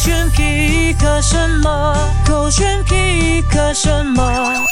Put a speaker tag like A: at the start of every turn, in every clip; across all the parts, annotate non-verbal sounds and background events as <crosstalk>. A: 选皮克什么？狗选皮克什么？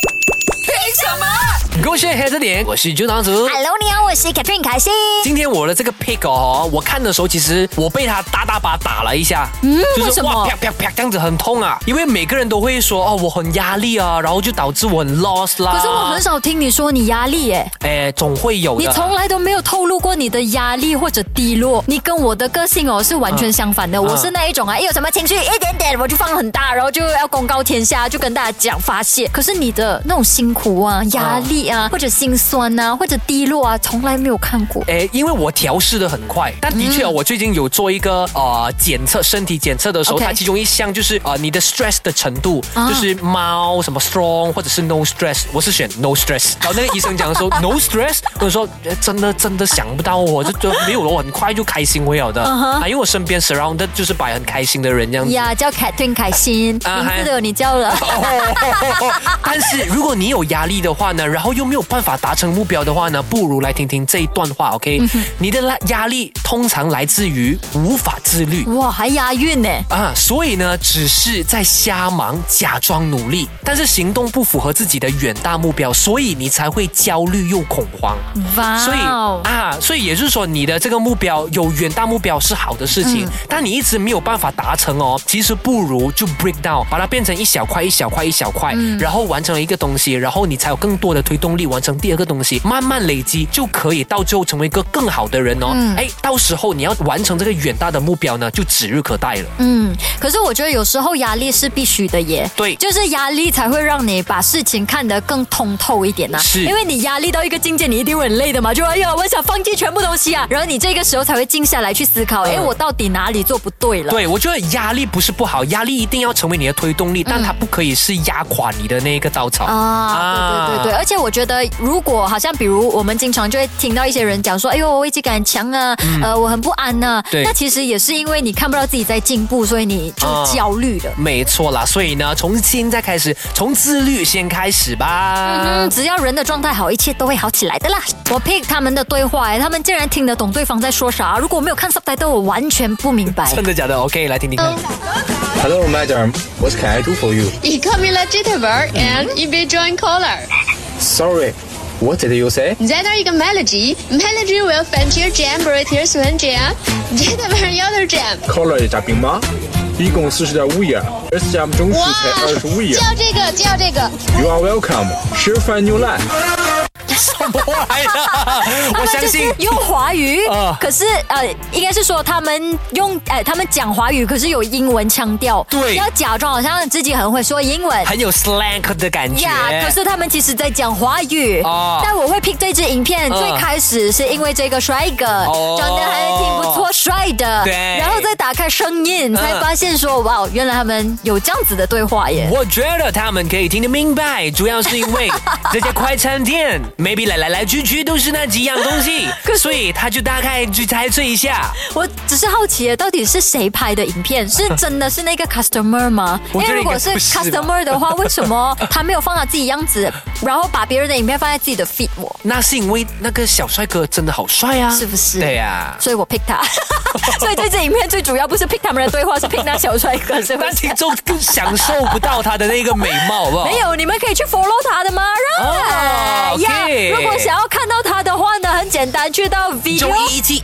B: 勾选黑着脸，我是朱堂主。
C: Hello，你好，我是 Catherine 凯欣。
B: 今天我的这个 pick 哦，我看的时候其实我被他大大把打了一下，嗯，就
C: 为
B: 是
C: 什
B: 哇
C: 么
B: 啪啪啪这样子很痛啊，因为每个人都会说哦我很压力啊，然后就导致我很 lost 啦。
C: 可是我很，少听你说你压力耶，
B: 哎，总会有
C: 你
B: 的。
C: 从来都没有透露过你的压力或者低落。你跟我的个性哦是完全相反
B: 嗯
C: 的，我是那一种啊，一有什么情绪一点点我就放很大，然后就要公告天下，就跟大家讲发泄。可是你的那种辛苦啊、压力
B: 嗯
C: 啊，或者心酸啊，或者低落啊，从来没有看过。
B: 诶，因为我调试的很快，但的确、哦，我最近有做一个呃检测，身体检测的时候
C: OK
B: 它其中一项就是呃你的 stress 的程度，
C: 啊
B: 就是猫什么 strong 或者是 no stress，我是选 no stress。然后那个医生讲说 <laughs> no stress，我说呃真的真的想不到哦，就就没有了，我很快就开心会有
C: 嗯
B: 的、啊，因为我身边 surrounded 就是摆很开心的人这样子。
C: 呀，叫 Catherine 凯欣，名
B: 嗯啊
C: 字
B: 嗨
C: 都有你叫
B: <laughs>
C: 了。
B: 但是如果你有压力的话呢，然后又没有办法达成目标的话呢，不如来听听这一段话，OK？、你的拉压力通常来自于无法自律。
C: 哇，还押韵呢。
B: 啊，所以呢，只是在瞎忙，假装努力，但是行动不符合自己的远大目标，所以你才会焦虑又恐慌。
C: 哇
B: 所以
C: 哦，
B: 啊，所以也就是说，你的这个目标有远大目标是好的事
C: 嗯
B: 情，但你一直没有办法达成哦，其实不如就 break down，把它变成一小块、一小块、一小块，
C: 嗯
B: 然后完成了一个东西，然后你才有更多的推动力完成第二个东西，慢慢累积就可以到最后成为一个更好的人哦。
C: 嗯
B: 哎，到时候你要完成这个远大的目标呢，就指日可待了。
C: 嗯，可是我觉得有时候压力是必须的耶。
B: 对
C: 就是压力才会让你把事情看得更通透一点呐、
B: 是
C: 因为你压力到一个境界，你一定会很累的嘛。就哎呀，我想放弃全部东西啊，然后你这个时候才会静下来去思考，哎、
B: 嗯
C: 我到底哪里做不对了？
B: 对，我觉得压力不是不好，压力一定要成为你的推动力，
C: 嗯
B: 但它不可以是压垮你的那一个稻
C: 哦
B: 草。
C: 啊，对对对对，而且我觉得，如果好像比如我们经常就会听到一些人讲说，哎呦，我危机感很强啊，呃，我很不安呐、
B: 嗯对
C: 那其实也是因为你看不到自己在进步，所以你就
B: 啊
C: 焦虑了。
B: 没错啦，所以呢，从现在开始，从自律先开始吧。
C: 嗯，只要人的状态好，一切都会好起来的啦。我 pick 他们的对话，哎他们竟然听得懂对方在说啥。如果没有看 subtitle，我完全不明白。
B: 真的假的？OK，来听听
C: 哦
B: 看。
D: Hello, madam. What can I do for you?
E: 一个 Mila Jitterbug and 一杯 John Collar。
D: Sorry, what did you say?
E: 你再那一个 Melody，Melody will fetch your jam, b r e a t your swan jam, Jitterbug your jam。
D: Collar 的嘉宾吗？一共四十点五页，而 jam 整数才二十五页。
E: 叫这个，叫这个。
D: You are welcome. 吃饭牛奶。
B: 什么来的？ <laughs> 我
C: 他们
B: 相
C: 就是
B: 信。
C: 用华语，
B: <laughs> 啊
C: 可是呃，应该是说他们用呃，他们讲华语，可是有英文腔调，
B: 对
C: 要假装好像自己很会说英文。
B: 很有 slang 的感觉。
C: 呀可是他们其实在讲华语。
B: 哦
C: 但我会 pick 这支影片，
B: 嗯
C: 最开始是因为这个帅哥
B: 哦
C: 长得还挺不错，帅的。
B: 对嗯
C: 然后再打开声音，才发现说，哇，原来他们有这样子的对话耶。
B: 我觉得他们可以听得明白，主要是因为这家快餐店 maybe 来来来去去都是那几样东
C: <laughs>
B: 西，所以他就大概去猜测一下。
C: 我只是好奇耶，到底是谁拍的影片？是真的是那个 customer 吗？因
B: 我觉得
C: 为如
B: 应该
C: 果
B: 不
C: 是
B: 是吧
C: customer 的话，为什么他没有放他自己样子，然后把别人的影片放在自己的 feed 我？
B: 那是因为那个小帅哥真的好帅啊，
C: 是不是
B: 对呀、
C: 所以我 pick 他，
B: <laughs>
C: 所以这支影片最主要不是 pick 他们的对话，是 pick 那小帅哥，是不
B: 但
C: 是？
B: 听众更享受不到他的那个美貌，好不好？
C: 没有，你们可以去 follow 他的吗？
B: 哦
C: 让呀
B: OK
C: 如果想要看到他的话呢，很简单，去到 video。
B: 中一季，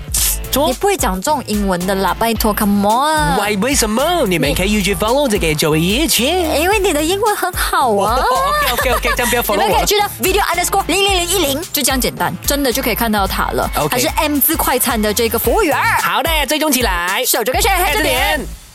B: 中
C: 你不会讲这种英文的啦，拜托，come on。
B: 为为什么你们可
C: 嗯
B: 以去 follow 这个九一群
C: 因为你的英文很好
B: <laughs>
C: 啊。
B: ？OK OK OK，这样不要
C: 你
B: follow
C: 们可
B: 我
C: 以
B: 了。
C: 去到 video underscore 零零零一零，就这样简单，真的就可以看到他了。
B: OK
C: 他是 M 字快餐的这个服务员儿，
B: 好的，追踪起来，
C: 手镯跟上，还
B: 开
C: 有
B: 着
C: 这点
B: 点。。